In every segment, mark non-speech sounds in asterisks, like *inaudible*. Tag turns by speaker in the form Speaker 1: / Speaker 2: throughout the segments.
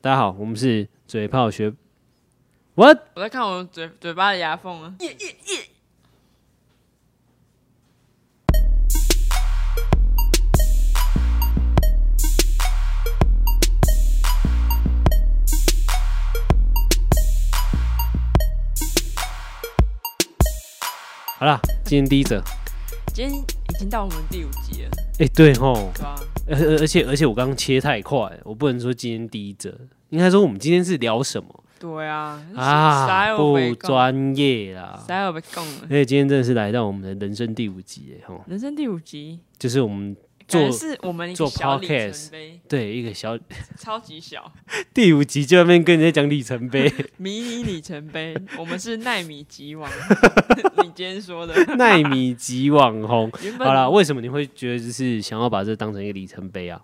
Speaker 1: 大家好，我们是嘴炮学。What？
Speaker 2: 我在看我嘴嘴巴的牙缝啊。
Speaker 1: 好啦，今天第一则。
Speaker 2: 今天已经到我们第五集了，
Speaker 1: 哎、对吼，
Speaker 2: 对吧、
Speaker 1: 而而而且而且我刚刚切太快，我不能说今天第一则，应该说我们今天是聊什么
Speaker 2: 对啊，
Speaker 1: 啊？
Speaker 2: 我被
Speaker 1: 不
Speaker 2: 供，
Speaker 1: 专业啦。
Speaker 2: 塞我被供了
Speaker 1: 而。且今天真的是来到我们的人生第五集耶吼，
Speaker 2: 人生第五集，
Speaker 1: 就是我们
Speaker 2: 感觉
Speaker 1: 做
Speaker 2: 是我们一个
Speaker 1: 做
Speaker 2: 小里
Speaker 1: podcast
Speaker 2: 程碑，
Speaker 1: 对一个小 *laughs*
Speaker 2: 超级小，
Speaker 1: 第五集就在那边跟人家讲里程
Speaker 2: *laughs*
Speaker 1: 碑，
Speaker 2: 迷你里程
Speaker 1: *laughs*
Speaker 2: 碑。我们是奈米级王，你今天说的。
Speaker 1: 奈米级网红。
Speaker 2: 原本
Speaker 1: 好啦，为什么你会觉得就是想要把这当成一个里程碑啊？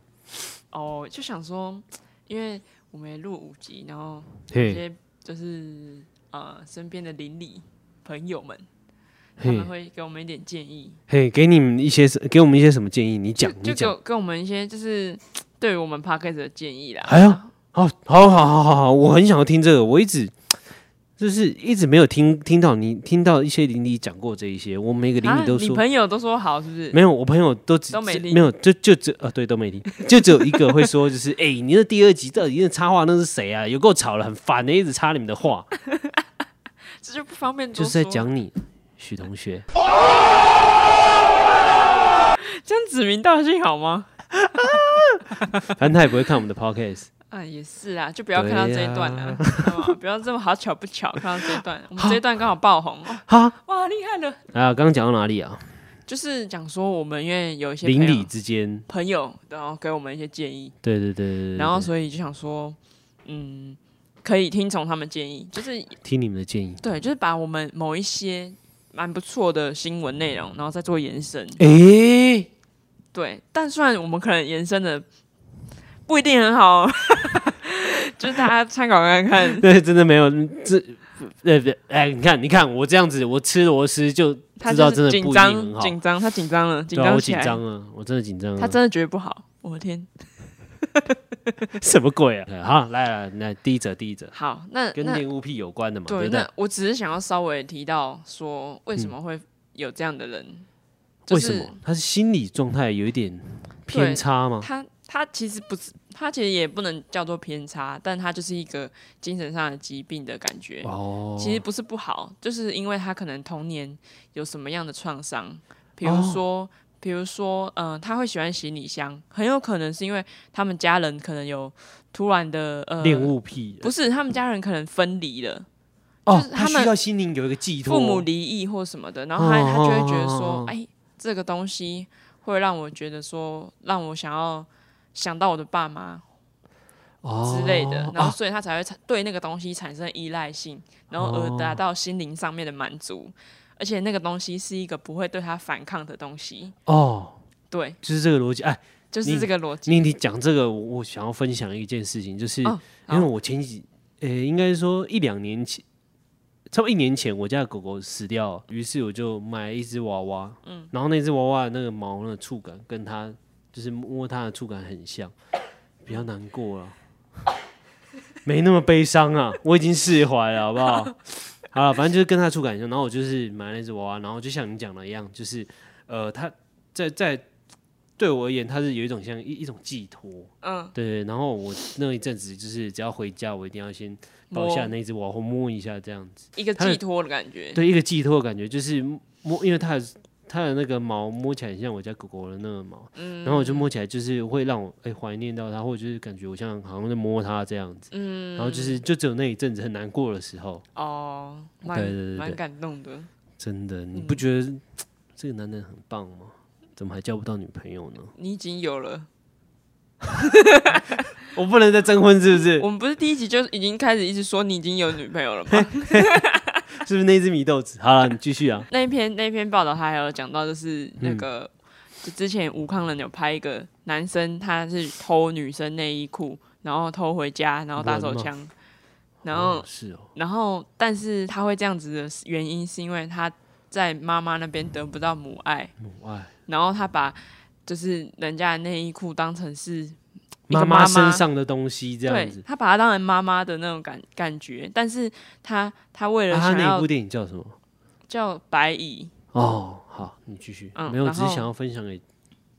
Speaker 2: 哦，就想说，因为我们也录五集，然后一
Speaker 1: 嘿，
Speaker 2: 些就是呃身边的邻里朋友们，他
Speaker 1: 嘿
Speaker 2: 们，会给我们一点建议，
Speaker 1: 嘿，给你们一些什，给我们一些什么建议？你讲，
Speaker 2: 就
Speaker 1: 你
Speaker 2: 就给
Speaker 1: 讲。
Speaker 2: 我给我们一些就是对于我们 p a c k a g e 的建议啦。
Speaker 1: 哎呦，好，好，好，好，好，好，我很想要听这个，我一直就是一直没有听听到你听到一些邻里讲过这一些，我每个邻
Speaker 2: 啊
Speaker 1: 里都
Speaker 2: 你
Speaker 1: 说、
Speaker 2: 朋友都说好是不是？
Speaker 1: 没有，我朋友都只
Speaker 2: 都没听
Speaker 1: 没有，就就只呃对都没听，就只有一个会说就是哎、你的第二集到底那插话那是谁啊？有够吵了，很烦的、一直插你们的
Speaker 2: *laughs*
Speaker 1: 话，
Speaker 2: 这就不方便多
Speaker 1: 就
Speaker 2: 说。
Speaker 1: 是在讲你许同学。
Speaker 2: 这样指名道姓好吗？
Speaker 1: 反正他也不会看我们的 podcast。
Speaker 2: 啊，也是啊，就不要看到这一段啊了，好吗不要这么好巧不巧看到这一段。我们这一段刚好爆红，哦
Speaker 1: 哈
Speaker 2: 哇，厉害了！
Speaker 1: 啊，刚刚讲到哪里啊？
Speaker 2: 就是讲说我们因为有一些
Speaker 1: 邻
Speaker 2: 朋
Speaker 1: 里
Speaker 2: 友
Speaker 1: 之间，
Speaker 2: 朋友，然后给我们一些建议，
Speaker 1: 对对对对对对，
Speaker 2: 然后
Speaker 1: 对
Speaker 2: 所以就想说，嗯，可以听从他们建议，就是
Speaker 1: 听你们的建议。
Speaker 2: 对，就是把我们某一些蛮不错的新闻内容，然后再做延伸。
Speaker 1: 诶、
Speaker 2: 对，但虽然我们可能延伸的不一定很好， *laughs* 就是大家参考看 *laughs* 看。
Speaker 1: 对，真的没有这。呃，不哎，你看，你看，我这样子，我吃螺丝就
Speaker 2: 他
Speaker 1: 知道
Speaker 2: 就
Speaker 1: 真的
Speaker 2: 是
Speaker 1: 不
Speaker 2: 紧
Speaker 1: 一定很
Speaker 2: 张，
Speaker 1: 好。
Speaker 2: 紧张，他紧张了，紧
Speaker 1: 对啊，
Speaker 2: 张
Speaker 1: 我
Speaker 2: 起
Speaker 1: 紧
Speaker 2: 来，
Speaker 1: 张啊，我真的紧张啊。
Speaker 2: 他真的觉得不好。我的天，
Speaker 1: *laughs* 什么鬼啊？
Speaker 2: *laughs*
Speaker 1: 好，来来，来第一则，第一则，
Speaker 2: 好，那
Speaker 1: 跟
Speaker 2: 那
Speaker 1: 恋物癖有关的嘛，对
Speaker 2: 对，
Speaker 1: 不对嗯
Speaker 2: 那？我只是想要稍微提到说，为什么会有这样的人？就
Speaker 1: 为
Speaker 2: 是
Speaker 1: 什么他是心理状态有一点偏
Speaker 2: 对
Speaker 1: 差吗？
Speaker 2: 他他其实不是，他其实也不能叫做偏差，但他就是一个精神上的疾病的感觉。
Speaker 1: 哦，
Speaker 2: 其实不是不好，就是因为他可能童年有什么样的创伤，比
Speaker 1: 哦
Speaker 2: 如说，比如说，嗯、他会喜欢行李箱，很有可能是因为他们家人可能有突然的呃，
Speaker 1: 恋物癖
Speaker 2: 不是他们家人可能分离了，
Speaker 1: 哦
Speaker 2: 就是，
Speaker 1: 他
Speaker 2: 他
Speaker 1: 需
Speaker 2: 们
Speaker 1: 要心灵有一个寄托。
Speaker 2: 父母离异或什么的，然后他
Speaker 1: 哦
Speaker 2: 他就会觉得
Speaker 1: 哦哦哦
Speaker 2: 说，哎，这个东西会让我觉得说，让我想要想到我的爸妈，
Speaker 1: 哦
Speaker 2: 之类的，然后
Speaker 1: 啊哦
Speaker 2: 所以他才会产对那个东西产生依赖性，然后而达到心灵上面的满足，而且那个东西是一个不会对他反抗的东西，
Speaker 1: 哦，
Speaker 2: 对，
Speaker 1: 就是这个逻辑。哎，
Speaker 2: 就是
Speaker 1: 你
Speaker 2: 这个逻辑。
Speaker 1: 你你讲这个，我我想要分享一件事情，就是
Speaker 2: 哦
Speaker 1: 因为我前几，呃、应该说一两年前，差不多一年前，我家的狗狗死掉，于是我就买了一只娃娃，嗯，然后那只娃娃的那个毛那个触感跟它就是摸它的触感很像，比较难过了， *laughs* 没那么悲伤啊，我已经释怀了，好不好？好了，反正就是跟它触感很像，然后我就是买了那只娃娃，然后就像你讲的一样，就是呃，它在在对我而言，它是有一种像一一种寄托，
Speaker 2: 嗯，
Speaker 1: 对，然后我那一阵子就是只要回家，我一定要先抱
Speaker 2: 摸
Speaker 1: 下那只娃娃，摸一下这样子，
Speaker 2: 一个
Speaker 1: 他的
Speaker 2: 寄托的感觉，
Speaker 1: 对，一个寄托的感觉，就是摸，因为它的它的那个毛摸起来很像我家狗狗的那个毛，
Speaker 2: 嗯
Speaker 1: 然后我就摸起来就是会让我哎怀、念到它，或者就是感觉我像好像在摸它这样子，
Speaker 2: 嗯，
Speaker 1: 然后就是就只有那一阵子很难过的时候，
Speaker 2: 哦，蛮
Speaker 1: 对对对对
Speaker 2: 蛮感动的。
Speaker 1: 真的你
Speaker 2: 嗯
Speaker 1: 不觉得嘖这个男人很棒吗？怎么还交不到女朋友呢？
Speaker 2: 你已经有了，
Speaker 1: 我不能再征婚是不是？
Speaker 2: 我们不是第一集就已经开始一直说你已经有女朋友了吗？
Speaker 1: 是不是那只米豆子？好了，你继续啊。
Speaker 2: 那一篇那一篇报道，他还有讲到，就是
Speaker 1: 嗯
Speaker 2: 那个、就之前吴康仁有拍一个男生，他是偷女生内衣裤，然后偷回家，然后打手枪，然后、
Speaker 1: 哦是哦，
Speaker 2: 然后但是他会这样子的原因，是因为他在妈妈那边得不到母爱，
Speaker 1: 母爱
Speaker 2: 然后他把就是人家的内衣裤当成是一个
Speaker 1: 妈
Speaker 2: 妈
Speaker 1: 身
Speaker 2: 妈，
Speaker 1: 上的东西这样
Speaker 2: 对
Speaker 1: 子。
Speaker 2: 他把她当成妈妈的那种感感觉，但是他他为了
Speaker 1: 啊，他
Speaker 2: 想
Speaker 1: 那一
Speaker 2: 要
Speaker 1: 部电影叫什么？
Speaker 2: 叫白蚁，
Speaker 1: 哦，好，你继续。
Speaker 2: 嗯
Speaker 1: 没有，
Speaker 2: 然
Speaker 1: 只是
Speaker 2: 后
Speaker 1: 想要分享给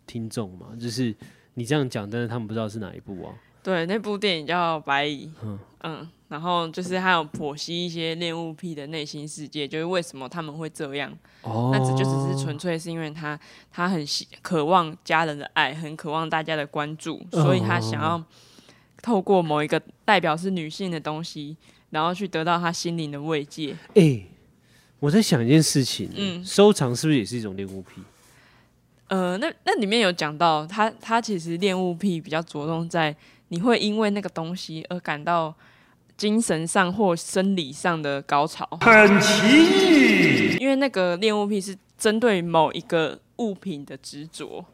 Speaker 1: 听众嘛，就是你这样讲，但是他们不知道是哪一部啊。
Speaker 2: 对，那部电影叫《白蚁》，嗯然后就是还有剖析一些恋物癖的内心世界，就是为什么他们会这样。
Speaker 1: 哦，
Speaker 2: 那只就只是纯粹是因为他他很希渴望家人的爱，很渴望大家的关注，所以他想要透过某一个代表是女性的东西，然后去得到他心灵的慰藉。
Speaker 1: 哎、我在想一件事情，嗯，
Speaker 2: 嗯
Speaker 1: 收藏是不是也是一种恋物癖？
Speaker 2: 呃，那那里面有讲到他他其实恋物癖比较着重在你会因为那个东西而感到精神上或生理上的高潮。
Speaker 3: 很奇异，
Speaker 2: 因为那个恋物癖是针对某一个物品的执着，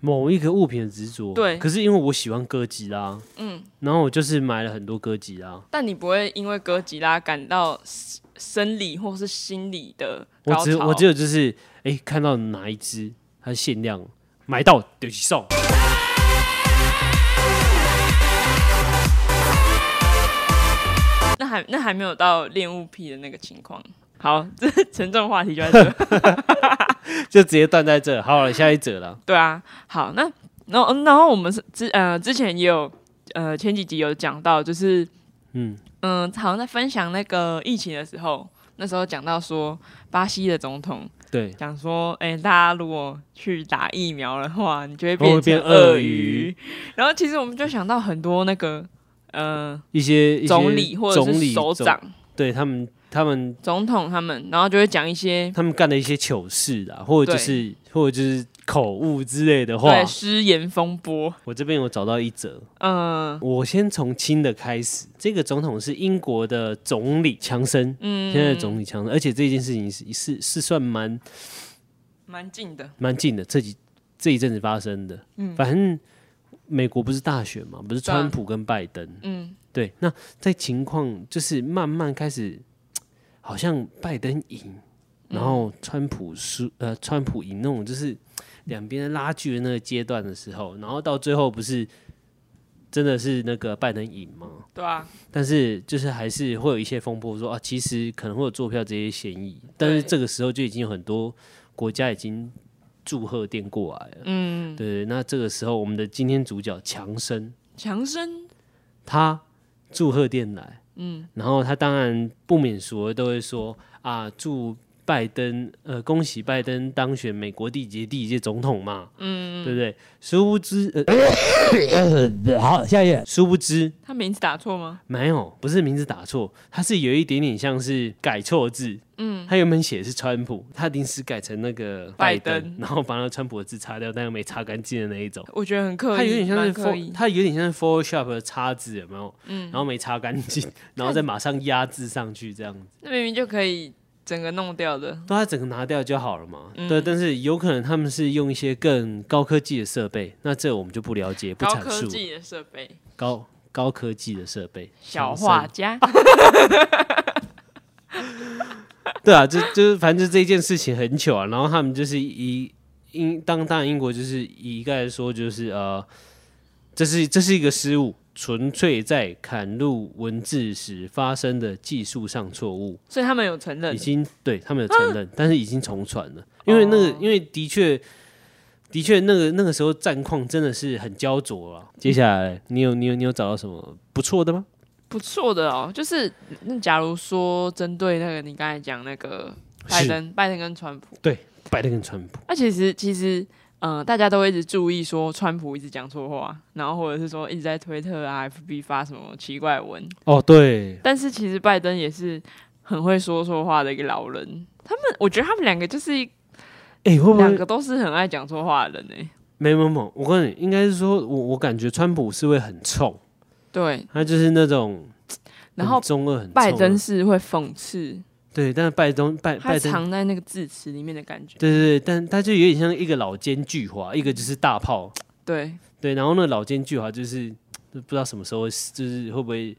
Speaker 1: 某一个物品的执着，
Speaker 2: 对
Speaker 1: 可是因为我喜欢哥吉拉，嗯，然后我就是买了很多哥吉拉，
Speaker 2: 但你不会因为哥吉拉感到生生理或是心理的
Speaker 1: 我
Speaker 2: 高
Speaker 1: 只
Speaker 2: 潮。
Speaker 1: 我只有就是，哎、看到哪一只它是限量，买到丢去送。
Speaker 2: 那还那还没有到恋物癖的那个情况。好，这沉重话题就在这。
Speaker 1: 就直接断在这。好了，下一则了。
Speaker 2: *laughs* 对啊，好，那然后然后我们是之呃之前也有呃前几集有讲到，就是
Speaker 1: 嗯，
Speaker 2: 嗯、好像在分享那个疫情的时候，那时候讲到说巴西的总统
Speaker 1: 对，
Speaker 2: 讲说，哎、大家如果去打疫苗的话，你就
Speaker 1: 会
Speaker 2: 会变
Speaker 1: 变
Speaker 2: 成
Speaker 1: 鳄
Speaker 2: 鳄
Speaker 1: 鱼
Speaker 2: 鱼。然后其实我们就想到很多那个，呃，
Speaker 1: 一些一些
Speaker 2: 总理或者
Speaker 1: 总
Speaker 2: 是
Speaker 1: 理
Speaker 2: 首
Speaker 1: 总
Speaker 2: 长、
Speaker 1: 对他们他们
Speaker 2: 总统他们，然后就会讲一些
Speaker 1: 他们干的一些糗事啊，或者就是或者就是口误之类的话
Speaker 2: 对。失言风波。
Speaker 1: 我这边有找到一则，
Speaker 2: 嗯
Speaker 1: 我先从轻的开始。这个总统是英国的总理强森，
Speaker 2: 嗯，
Speaker 1: 现在的总理强森，而且这件事情是是是算蛮
Speaker 2: 蛮近的，
Speaker 1: 蛮近的，这几这一阵子发生的。嗯，反正美国不是大选嘛，不是
Speaker 2: 对啊
Speaker 1: 川普跟拜登，
Speaker 2: 嗯，
Speaker 1: 对，那在情况就是慢慢开始，好像拜登赢，然后川普输，呃，川普赢那种就是两边拉锯的那个阶段的时候，然后到最后不是真的是那个拜登赢吗？
Speaker 2: 对啊，
Speaker 1: 但是就是还是会有一些风波说啊，其实可能会有坐票这些嫌疑，但是
Speaker 2: 对
Speaker 1: 这个时候就已经有很多国家已经祝贺电过来了。
Speaker 2: 嗯，
Speaker 1: 对，那这个时候我们的今天主角强生，
Speaker 2: 强生，
Speaker 1: 他祝贺电来，嗯，然后他当然不免俗的都会说啊，祝拜登，呃，恭喜拜登当选美国第几届第一届总统嘛，嗯，对不对？殊不知，呃，
Speaker 3: 呃好，下一页。
Speaker 1: 殊不知
Speaker 2: 他名字打错吗？
Speaker 1: 没有，不是名字打错，他是有一点点像是改错字，嗯，他原本写的是川普，他临时改成那个拜
Speaker 2: 拜
Speaker 1: 登，
Speaker 2: 登
Speaker 1: 然后把那个川普的字擦掉，但又没擦干净的那一种。
Speaker 2: 我觉得很刻意，
Speaker 1: 它有点像是
Speaker 2: 蛮嗯刻
Speaker 1: for，
Speaker 2: 意。
Speaker 1: 它有点像是 Photoshop 的叉子，有没有？然后没擦干
Speaker 2: *laughs*
Speaker 1: 净，然后再马上压制上去，这样子，
Speaker 2: 那明明就可以整个弄掉的，
Speaker 1: 把它整个拿掉就好了嘛。
Speaker 2: 嗯
Speaker 1: 对，但是有可能他们是用一些更高科技的设备，那这我们就不了解，不
Speaker 2: 高
Speaker 1: 阐
Speaker 2: 科
Speaker 1: 述
Speaker 2: 技的设备，
Speaker 1: 高高科技的设备。
Speaker 2: 小
Speaker 1: 强森
Speaker 2: 画家，
Speaker 1: 对啊，就就是反正就是这件事情很糗啊。然后他们就是一英当当然英国就是一概说就是呃，这是这是一个失误，纯粹在砍入文字时发生的技术上错误，
Speaker 2: 所以他们有承认嗯
Speaker 1: 已，经对他们有承认，但是已经重传了，因为那个、
Speaker 2: 哦
Speaker 1: 因为的确。的确，那个那个时候战况真的是很焦灼啊。接下来，你有你有你有找到什么不错的吗？
Speaker 2: 不错的哦，就是那假如说针对那个你刚才讲那个拜
Speaker 1: 是
Speaker 2: 登，拜登跟川普，
Speaker 1: 拜登跟川普，
Speaker 2: 那其实其实呃大家都会一直注意说川普一直讲错话，然后或者是说一直在推特啊 FB 发什么奇怪文，
Speaker 1: 哦，对，
Speaker 2: 但是其实拜登也是很会说错话的一个老人，他们我觉得他们两个就是
Speaker 1: 哎、会不会
Speaker 2: 两个都是很爱讲错话的人哎、
Speaker 1: 没没没，我跟你应该是说，我我感觉川普是会很冲，
Speaker 2: 对，
Speaker 1: 他就是那种
Speaker 2: 然后
Speaker 1: 很中二很冲
Speaker 2: 拜登是会讽刺，
Speaker 1: 对，但是拜登拜
Speaker 2: 他
Speaker 1: 拜登
Speaker 2: 藏在那个字词里面的感觉，
Speaker 1: 对对对，但他就有点像一个老奸巨猾，一个就是大炮，
Speaker 2: 对，
Speaker 1: 对，然后那个老奸巨猾就是就不知道什么时候会死就是会不会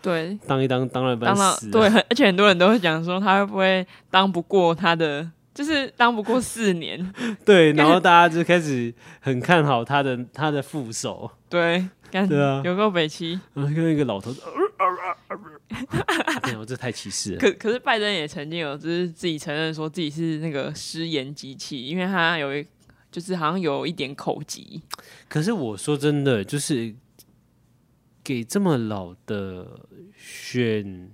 Speaker 2: 对，
Speaker 1: 当一当当然不然
Speaker 2: 当到
Speaker 1: 死、啊，
Speaker 2: 对，很而且很多人都会讲说他会不会当不过他的就是当不过四年，
Speaker 1: *laughs* 对，然后大家就开始很看好他的他的副手，
Speaker 2: 对，干
Speaker 1: 对啊
Speaker 2: 有够北齐。
Speaker 1: 然后跟一个老头子，呃呃 *laughs* 呃呃没有，这太歧视了。
Speaker 2: 可可是拜登也曾经有就是自己承认说自己是那个失言机器，因为他有一就是好像有一点口疾，
Speaker 1: 可是我说真的，就是给这么老的选，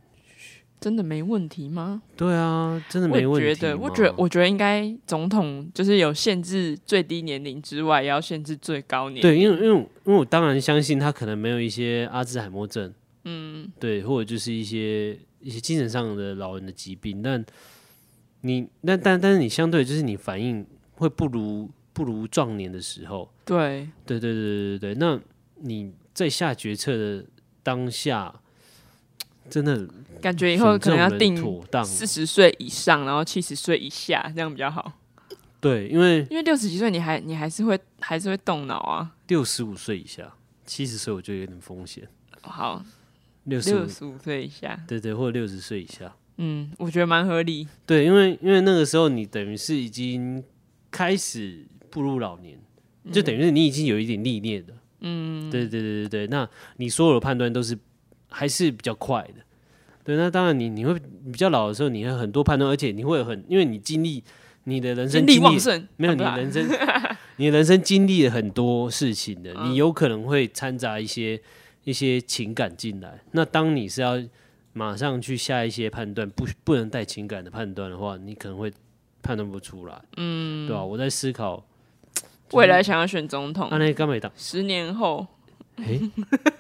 Speaker 2: 真的没问题吗？
Speaker 1: 对啊，真的
Speaker 2: 我
Speaker 1: 没问题吗。
Speaker 2: 觉得，我觉得，我觉得应该总统就是有限制最低年龄之外，也要限制最高年龄。
Speaker 1: 对，因为因为我因为我当然相信他可能没有一些阿兹海默症，嗯，对，或者就是一些一些精神上的老人的疾病，但你那但但是你相对就是你反应会不如不如壮年的时候，
Speaker 2: 对
Speaker 1: 对对对对对对，那你在下决策的当下，真的
Speaker 2: 感觉以
Speaker 1: 选
Speaker 2: 后可
Speaker 1: 中
Speaker 2: 能要
Speaker 1: 人
Speaker 2: 定
Speaker 1: 妥当，
Speaker 2: 四十岁以上，然后七十岁以下，这样比较好。
Speaker 1: 对，因为
Speaker 2: 因为六十几岁你还你还是会还是会动脑啊。
Speaker 1: 六十五岁以下，七十岁我觉得有点风险，
Speaker 2: 好，
Speaker 1: 六十
Speaker 2: 六
Speaker 1: 五
Speaker 2: 十五岁以下，
Speaker 1: 对对，或者六十岁以下。
Speaker 2: 嗯，我觉得蛮合理。
Speaker 1: 对，因为因为那个时候你等于是已经开始步入老年，就
Speaker 2: 嗯
Speaker 1: 等于是你已经有一点历练了。嗯，对对对对对，那你所有的判断都是还是比较快的。对，那当然你你会比较老的时候，你会很多判断，而且你会有很因为你经历你的人生
Speaker 2: 精力
Speaker 1: 经
Speaker 2: 旺
Speaker 1: 历
Speaker 2: 盛，
Speaker 1: 没有
Speaker 2: 啊
Speaker 1: 你
Speaker 2: 不啦
Speaker 1: 人生
Speaker 2: *laughs*
Speaker 1: 你的人生经历了很多事情的，
Speaker 2: 嗯
Speaker 1: 你有可能会掺杂一些一些情感进来。那当你是要马上去下一些判断，不不能带情感的判断的话，你可能会判断不出来，嗯，对吧、我在思
Speaker 2: 哦
Speaker 1: 考，
Speaker 2: 未来想要选总统
Speaker 1: 阿，内甘美党，
Speaker 2: 十年后，
Speaker 1: 啊诶
Speaker 2: *laughs*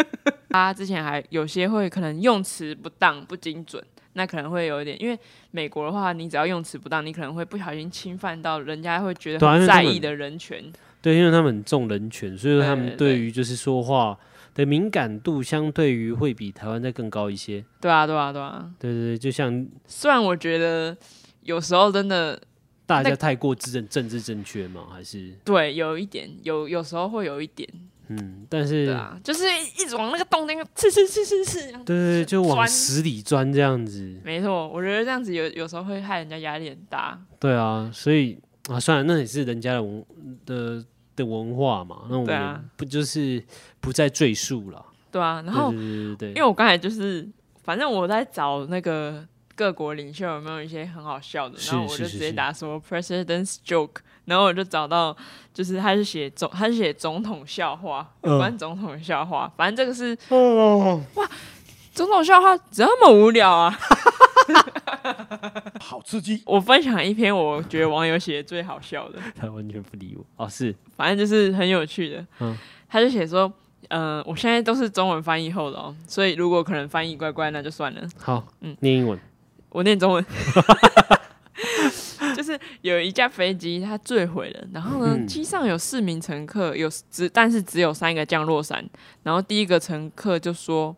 Speaker 2: 他之前还有些会可能用词不当、不精准，那可能会有一点，因为美国的话，你只要用词不当，你可能会不小心侵犯到人家会觉
Speaker 1: 对
Speaker 2: 得
Speaker 1: 啊因
Speaker 2: 很
Speaker 1: 为他
Speaker 2: 在
Speaker 1: 们
Speaker 2: 意的人权。
Speaker 1: 对，因为他们很重人权，所以说他们
Speaker 2: 对对
Speaker 1: 对于就是说话的敏感度，相对于会比台湾再更高一些。
Speaker 2: 对啊，对啊，对啊。
Speaker 1: 对对对，就像
Speaker 2: 虽然我觉得有时候真的
Speaker 1: 大家
Speaker 2: 那
Speaker 1: 太过政政治正确嘛，还是
Speaker 2: 对有一点，有有时候会有一点，
Speaker 1: 嗯，但是
Speaker 2: 对啊，就是一直往那个洞那个刺刺刺刺刺。这样
Speaker 1: 对对，对就往
Speaker 2: 钻
Speaker 1: 死里钻这样子。
Speaker 2: 没错，我觉得这样子有有时候会害人家压力很大。
Speaker 1: 对啊，所以啊，算了，那也是人家的文的的文化嘛，那我
Speaker 2: 对
Speaker 1: 们
Speaker 2: 啊
Speaker 1: 不就是不再赘述了。
Speaker 2: 对啊，然
Speaker 1: 对
Speaker 2: 后
Speaker 1: 对对对
Speaker 2: 因为
Speaker 1: 对，
Speaker 2: 我刚才就是，反正我在找那个各国领袖有没有一些很好笑的，
Speaker 1: 是
Speaker 2: 然后我
Speaker 1: 是
Speaker 2: 就是直接
Speaker 1: 是
Speaker 2: 打说 president's joke，然后我就找到，就是他是写总，他是写总统笑话，
Speaker 1: 嗯
Speaker 2: 有关总统笑话，反正这个是
Speaker 1: 哦，
Speaker 2: 总统笑话这么无聊啊！
Speaker 3: 好刺激！
Speaker 2: 我分享一篇我觉得网友写的最好笑的，
Speaker 1: 他完全不理我。哦，是
Speaker 2: 反正就是很有趣的。
Speaker 1: 嗯
Speaker 2: 他就写说，呃，我现在都是中文翻译后的哦，所以如果可能翻译乖乖那就算了。
Speaker 1: 好，
Speaker 2: 嗯
Speaker 1: 念英文。
Speaker 2: 我念中文。 *laughs* 就是有一架飞机它坠毁了，然后呢，
Speaker 1: 嗯
Speaker 2: 机上有四名乘客，有只但是只有三个降落伞。然后第一个乘客就说：“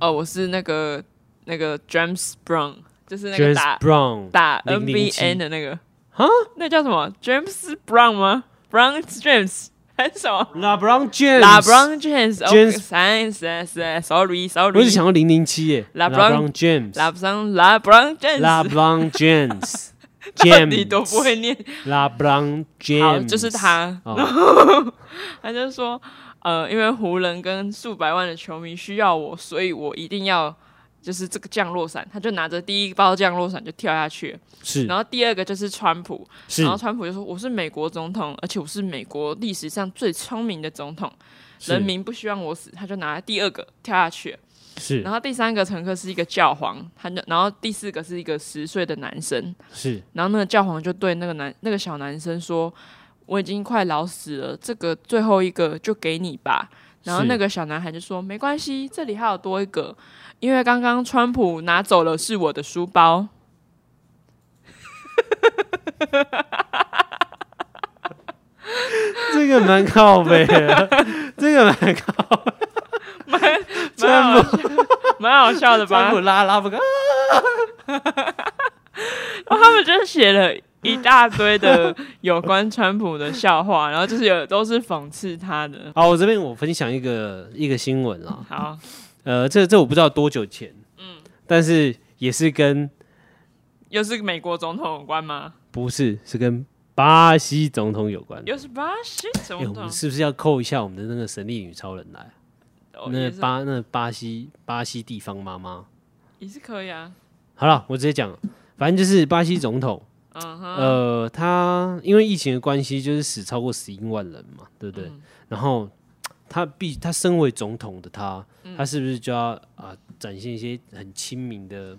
Speaker 2: 哦，我是那个那个 James Brown，就是那个
Speaker 1: James
Speaker 2: 打
Speaker 1: Brown，
Speaker 2: 打
Speaker 1: 007
Speaker 2: NBA 的那个那叫什么 James Brown 吗？Brown James 还是什么
Speaker 1: La Brown James，
Speaker 2: ？La Brown James？哦
Speaker 1: James-
Speaker 2: James，sorry
Speaker 1: 我是
Speaker 2: sorry，
Speaker 1: 想要零零七耶。
Speaker 2: La
Speaker 1: Brown
Speaker 2: Brown-
Speaker 1: James，La
Speaker 2: La Brown La Brown James， *laughs*
Speaker 1: Brown James，
Speaker 2: 到底都不会念。
Speaker 1: La Brown
Speaker 2: 好，
Speaker 1: James，
Speaker 2: 就是他，
Speaker 1: 哦
Speaker 2: 然后他就说，呃，因为湖人跟数百万的球迷需要我，所以我一定要就是这个降落伞，他就拿着第一包降落伞就跳下去了，
Speaker 1: 是
Speaker 2: 然后第二个就是川普，
Speaker 1: 是
Speaker 2: 然后川普就说我是美国总统，而且我是美国历史上最聪明的总统，
Speaker 1: 是
Speaker 2: 人民不希望我死，他就拿第二个跳下去了，
Speaker 1: 是
Speaker 2: 然后第三个乘客是一个教皇，他就然后第四个是一个十岁的男生，
Speaker 1: 是
Speaker 2: 然后那个教皇就对那个男那个小男生说：“我已经快老死了，这个最后一个就给你吧。”然后
Speaker 1: 是
Speaker 2: 那个小男孩就说：“没关系，这里还有多一个，因为刚刚川普拿走了是我的
Speaker 1: *laughs*
Speaker 2: 书包。
Speaker 1: 这个蛮靠背的，这个蛮靠”
Speaker 2: 蛮好 *laughs* 笑，蛮好笑的
Speaker 1: 川？
Speaker 2: 吧
Speaker 1: 普 *laughs* 拉拉不干。
Speaker 2: 然后哦他们就写了一大堆的有关川普的笑话，然后就是有都是讽刺他的。
Speaker 1: 好，我这边我分享一个一个新闻啦，
Speaker 2: 好，
Speaker 1: 呃，这这我不知道多久前，嗯，但是也是跟
Speaker 2: 又是美国总统有关吗？
Speaker 1: 不是，是跟巴西总统有关的。
Speaker 2: 又是巴西
Speaker 1: 哎、
Speaker 2: 总
Speaker 1: 我
Speaker 2: 统
Speaker 1: 们，是不是要扣一下我们的那个神力女超人来啊？
Speaker 2: 哦
Speaker 1: 那
Speaker 2: 也是
Speaker 1: 巴那巴西巴西地方妈妈。
Speaker 2: 也是可以啊。
Speaker 1: 好了，我直接讲了，反正就是巴西总统，
Speaker 2: 嗯哼，
Speaker 1: 呃，他因为疫情的关系，就是死超过十一万人嘛，对不对？
Speaker 2: 嗯
Speaker 1: 然后他必他身为总统的他，
Speaker 2: 嗯
Speaker 1: 他是不是就要啊、展现一些很亲民的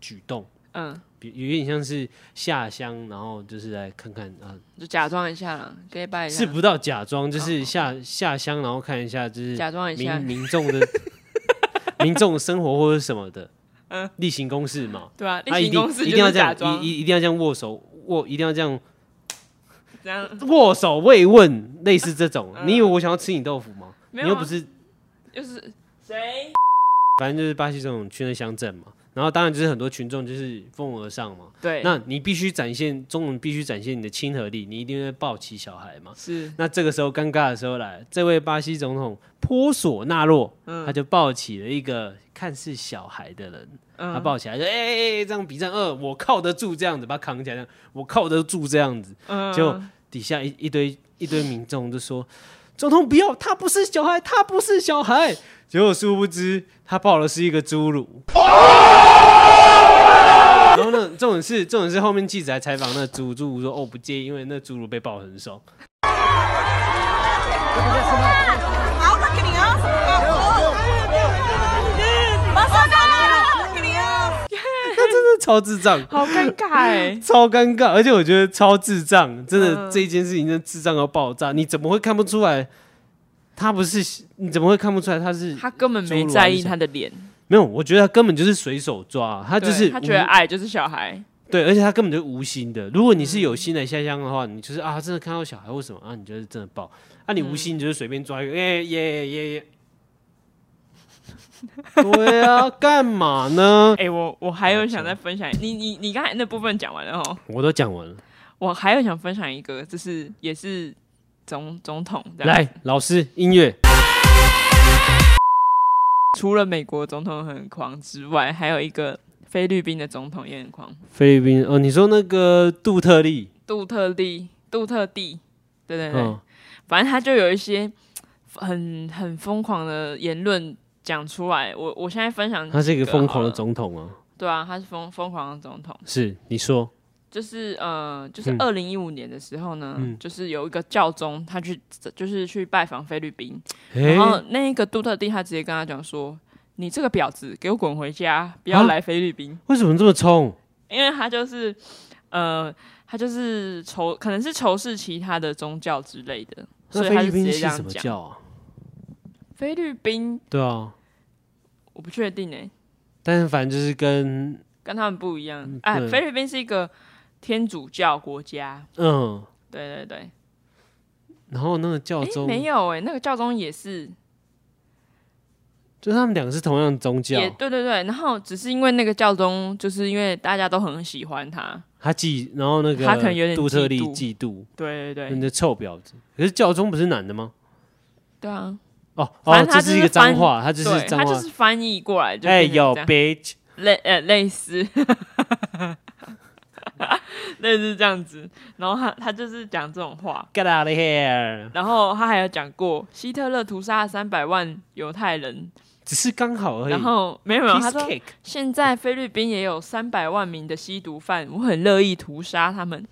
Speaker 1: 举动？
Speaker 2: 嗯，
Speaker 1: 比有点像是下乡，然后就是来看看啊、
Speaker 2: 就假装一下啦，gay 拜一下，哦
Speaker 1: 是不到假装，就是下、下乡，然后看一下就是
Speaker 2: 假装一下
Speaker 1: 民，民众的 *laughs* 民众生活或者什么的，例行公事嘛，
Speaker 2: 对啊，
Speaker 1: 他
Speaker 2: 嗯例
Speaker 1: 一
Speaker 2: 行
Speaker 1: 定
Speaker 2: 公司
Speaker 1: 一
Speaker 2: 就
Speaker 1: 定要
Speaker 2: 是
Speaker 1: 这
Speaker 2: 假
Speaker 1: 样，
Speaker 2: 装
Speaker 1: 一一一定要这样握手握，一定要这样
Speaker 2: 这样，
Speaker 1: 握手慰问，类似这种。你以为我想要吃你豆腐吗？
Speaker 2: 嗯没
Speaker 1: 你
Speaker 2: 有啊
Speaker 1: 又不是，
Speaker 2: 就是谁？
Speaker 1: 反正就是巴西这种去那乡镇嘛，然后当然就是很多群众就是蜂拥而上嘛。
Speaker 2: 对，
Speaker 1: 那你必须展现中文，必须展现你的亲和力，你一定会抱起小孩嘛。
Speaker 2: 是
Speaker 1: 那这个时候尴尬的时候来，这位巴西总统波索纳洛，
Speaker 2: 嗯
Speaker 1: 他就抱起了一个看似小孩的人，
Speaker 2: 嗯
Speaker 1: 他抱起来就哎哎哎，这样比战二，我靠得住这样子，把他扛起来，这样我靠得住这样子，
Speaker 2: 嗯
Speaker 1: 结果底下一一堆一堆民众就说。总统不要，他不是小孩，他不是小孩。结果殊不知，他抱的是一个侏儒。然后呢，这种事，这种事后面记者来采访那个侏儒，侏儒说：“哦，不介意，因为那侏儒被抱得很爽。”
Speaker 4: Alta criança, por favor. Bolsonaro, criança.
Speaker 1: 他真的超智障，，
Speaker 2: 好尴尬哎
Speaker 1: *laughs* 超尴尬，而且我觉得超智障，真的、
Speaker 2: 嗯
Speaker 1: 这一件事情真的智障到爆炸，你怎么会看不出来？他不是，你怎么会看不出来他是？
Speaker 2: 他根本
Speaker 1: 侏
Speaker 2: 没
Speaker 1: 儒还是
Speaker 2: 在意
Speaker 1: 小
Speaker 2: 他的脸，
Speaker 1: 没有，我觉得他根本就是随手抓，啊他就
Speaker 2: 对
Speaker 1: 是
Speaker 2: 他
Speaker 1: 无
Speaker 2: 觉得啊矮就是小孩，
Speaker 1: 对，而且他根本就无心的。如果你是有
Speaker 2: 嗯
Speaker 1: 心来下乡的话，你就是啊，真的看到小孩或什么啊，你就是真的抱；啊，你无
Speaker 2: 嗯
Speaker 1: 心你就是随便抓一个，耶耶耶耶。 *laughs* 对啊，干嘛呢？
Speaker 2: *laughs* 哎、我我还有想再分享，你你你刚才那部分讲完了哦，
Speaker 1: 我都讲完了，
Speaker 2: 我还有想分享一个，就是也是总总统这样
Speaker 1: 来，老师，音乐。
Speaker 2: 除了美国总统很狂之外，还有一个菲律宾的总统也很狂，
Speaker 1: 菲律宾哦，你说那个杜特利，
Speaker 2: 杜特地，杜特地，对对对，
Speaker 1: 嗯，
Speaker 2: 反正他就有一些很很疯狂的言论讲出来。我我现在分享，
Speaker 1: 他是一个疯狂的
Speaker 2: 总，
Speaker 1: 总统啊，
Speaker 2: 对啊，他是疯疯狂的总统，
Speaker 1: 是你说
Speaker 2: 就是呃，就是
Speaker 1: 嗯
Speaker 2: 二零一五年的时候呢，
Speaker 1: 嗯
Speaker 2: 就是有一个教宗，他去就是去拜访菲律宾，
Speaker 1: 诶
Speaker 2: 然后那一个杜特地他直接跟他讲说：“你这个婊子，给我滚回家，不要
Speaker 1: 啊
Speaker 2: 来菲律宾。
Speaker 1: 为什么这么冲？
Speaker 2: 因为他就是呃，他就是仇，可能是仇视其他的宗教之类的，
Speaker 1: 那
Speaker 2: 所以他
Speaker 1: 菲
Speaker 2: 就
Speaker 1: 律宾
Speaker 2: 直接
Speaker 1: 是
Speaker 2: 这
Speaker 1: 什
Speaker 2: 样
Speaker 1: 么
Speaker 2: 讲。
Speaker 1: 教啊？
Speaker 2: 菲律宾
Speaker 1: 对啊，
Speaker 2: 我不确定哎、
Speaker 1: 但是反正就是跟
Speaker 2: 跟他们不一样。哎、
Speaker 1: 嗯对
Speaker 2: 菲律宾是一个天主教国家，
Speaker 1: 嗯，
Speaker 2: 对对对。
Speaker 1: 然后那个教
Speaker 2: 哎、
Speaker 1: 宗，
Speaker 2: 没有哎、那个教宗也是，
Speaker 1: 就是他们两个是同样的宗教
Speaker 2: 也，对对对。然后只是因为那个教宗，就是因为大家都很喜欢他，
Speaker 1: 他嫉，然后那个
Speaker 2: 他可能有点
Speaker 1: 杜特利
Speaker 2: 嫉
Speaker 1: 嫉妒，
Speaker 2: 对对
Speaker 1: 你
Speaker 2: 对，
Speaker 1: 的臭婊子。可是教宗不是男的吗？
Speaker 2: 对啊，
Speaker 1: 哦
Speaker 2: 反
Speaker 1: 哦，
Speaker 2: 正他
Speaker 1: 这
Speaker 2: 就是
Speaker 1: 一个脏话，他只是
Speaker 2: 对，
Speaker 1: 脏
Speaker 2: 他就
Speaker 1: 话。
Speaker 2: 是翻译过来就
Speaker 1: 哎
Speaker 2: 变成
Speaker 1: 有
Speaker 2: 这样
Speaker 1: bitch，
Speaker 2: 类 *laughs* 呃类似，类似这样子。然后他他就是讲这种话，
Speaker 1: get out of here！
Speaker 2: 然后他还有讲过希特勒屠杀三百万犹太人，
Speaker 1: 只是刚好而已。
Speaker 2: 然后没有没有，他
Speaker 1: piece
Speaker 2: 说
Speaker 1: cake，
Speaker 2: 现在菲律宾也有三百万名的吸毒犯，我很乐意屠杀他们。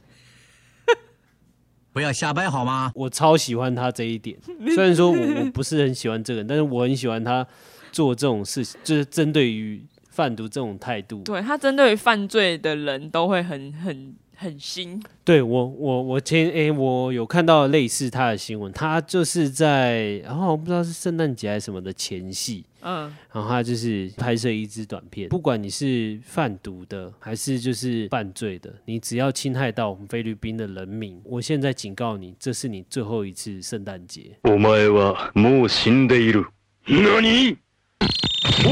Speaker 3: 不要瞎掰好吗？
Speaker 1: 我超喜欢他这一点，虽然说我我不是很喜欢这个人，但是我很喜欢他做这种事情，就是针对于贩毒这种态度。
Speaker 2: 对他针对犯罪的人都会很很很新，
Speaker 1: 对我，我我前诶、我有看到类似他的新闻，他就是在然后、我不知道是圣诞节还是什么的前夕，
Speaker 2: 嗯，
Speaker 1: 然后他就是拍摄一支短片，不管你是贩毒的还是就是犯罪的，你只要侵害到我们菲律宾的人民，我现在警告你，这是你最后一次圣诞节。
Speaker 5: お前はもう死んでいる。何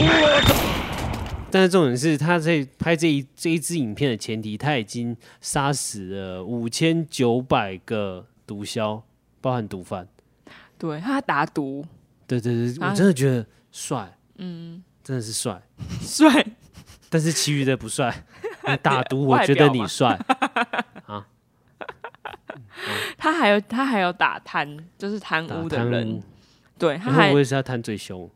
Speaker 1: 但是重点是，他在拍这一这一支影片的前提，他已经杀死了五千九百个毒枭，包含毒贩。
Speaker 2: 对他打毒
Speaker 1: 对对对，
Speaker 2: 啊
Speaker 1: 我真的觉得帅，嗯，真的是帅，
Speaker 2: 帅， *laughs*
Speaker 1: 但是其余的不帅。你打赌，我
Speaker 2: 外
Speaker 1: 觉
Speaker 2: 表
Speaker 1: 得你
Speaker 2: 嘛
Speaker 1: 帅。
Speaker 2: 他还有他还有打贪，就是贪
Speaker 1: 打
Speaker 2: 污的
Speaker 1: 贪
Speaker 2: 人，
Speaker 1: 污，
Speaker 2: 对，他
Speaker 1: 然
Speaker 2: 还
Speaker 1: 后我也是要贪最凶，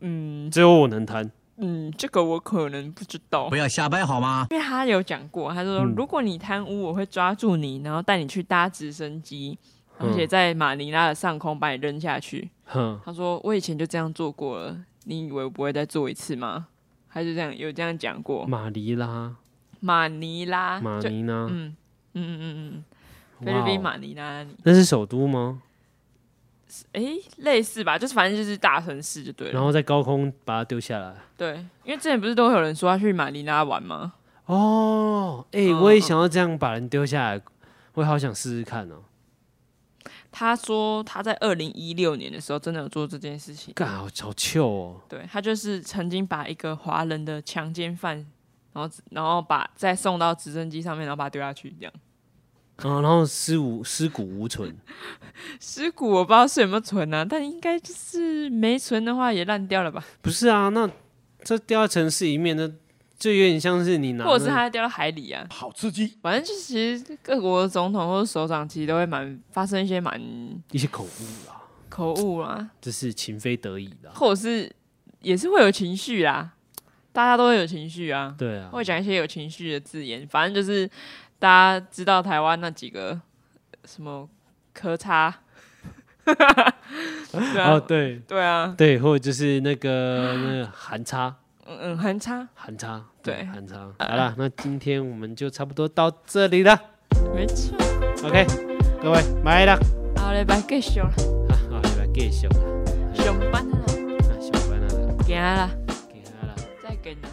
Speaker 2: 嗯
Speaker 1: 只有我能贪。
Speaker 2: 嗯，这个我可能不知道
Speaker 3: 不，要瞎掰好吗？
Speaker 2: 因为他有讲过，他
Speaker 1: 嗯
Speaker 2: 说、如果你贪污，我会抓住你，然后带你去搭直升机，而
Speaker 1: 嗯
Speaker 2: 且在马尼拉的上空把你扔下去。
Speaker 1: 哼，
Speaker 2: 他说我以前就这样做过了，你以为我不会再做一次吗？他就这样有这样讲过，
Speaker 1: 马尼拉，
Speaker 2: 马尼拉，
Speaker 1: 嗯马
Speaker 2: 就
Speaker 1: 尼拉，
Speaker 2: 嗯嗯嗯嗯嗯，菲
Speaker 1: 哇
Speaker 2: 律宾
Speaker 1: 哦
Speaker 2: 马尼拉那里，
Speaker 1: 那是首都吗？
Speaker 2: 诶，类似吧，就是反正就是大城市就对了哦
Speaker 1: 然。后在高空把它丢下来。
Speaker 2: 对，因为之前不是都会有人说要去马尼拉玩吗？
Speaker 1: 哦，哎、
Speaker 2: 嗯
Speaker 1: 我也
Speaker 2: 嗯
Speaker 1: 想要这样把人丢下来，我也好想试试看哦。
Speaker 2: 他说他在二零一六年的时候真的有做这件事情。
Speaker 1: 干，好好糗哦。
Speaker 2: 对他就是曾经把一个华人的强奸犯，然后然后把再送到直升机上面，然后把他丢下去，这样
Speaker 1: 啊然后，然后尸无尸骨无存，
Speaker 2: 尸骨我不知道是有没有存啊，但应该就是没存的话也烂掉了吧，
Speaker 1: 不是啊？那这掉到城市里面，那就有点像是你拿那，
Speaker 2: 或者是他掉到海里啊。
Speaker 6: 好刺激！
Speaker 2: 反正就是其实各国的总统或者首长其实都会蛮发生一些蛮
Speaker 1: 一些口误啦，
Speaker 2: 口误啊，
Speaker 1: 这是情非得已啦。
Speaker 2: 或者是也是会有情绪啦，大家都会有情绪啊。
Speaker 1: 对啊，
Speaker 2: 会讲一些有情绪的字眼，反正就是大家知道台湾那几个呃什么科差， *laughs* 对啊，
Speaker 1: 哦，对
Speaker 2: 对啊，
Speaker 1: 对，或者就是那个那个韩差
Speaker 2: 嗯嗯，很差，
Speaker 1: 韩差，
Speaker 2: 对
Speaker 1: 韩差。好啦，那今天我们就差不多到这里了。
Speaker 2: 没错，
Speaker 1: OK，各位，拜啦。
Speaker 2: 好嘞，拜继续啦，
Speaker 1: 啊，好，来继续啦，
Speaker 2: 上班啦，
Speaker 1: 啊，下班啦，
Speaker 2: 行啦，
Speaker 1: 行啦。
Speaker 2: 再见啦。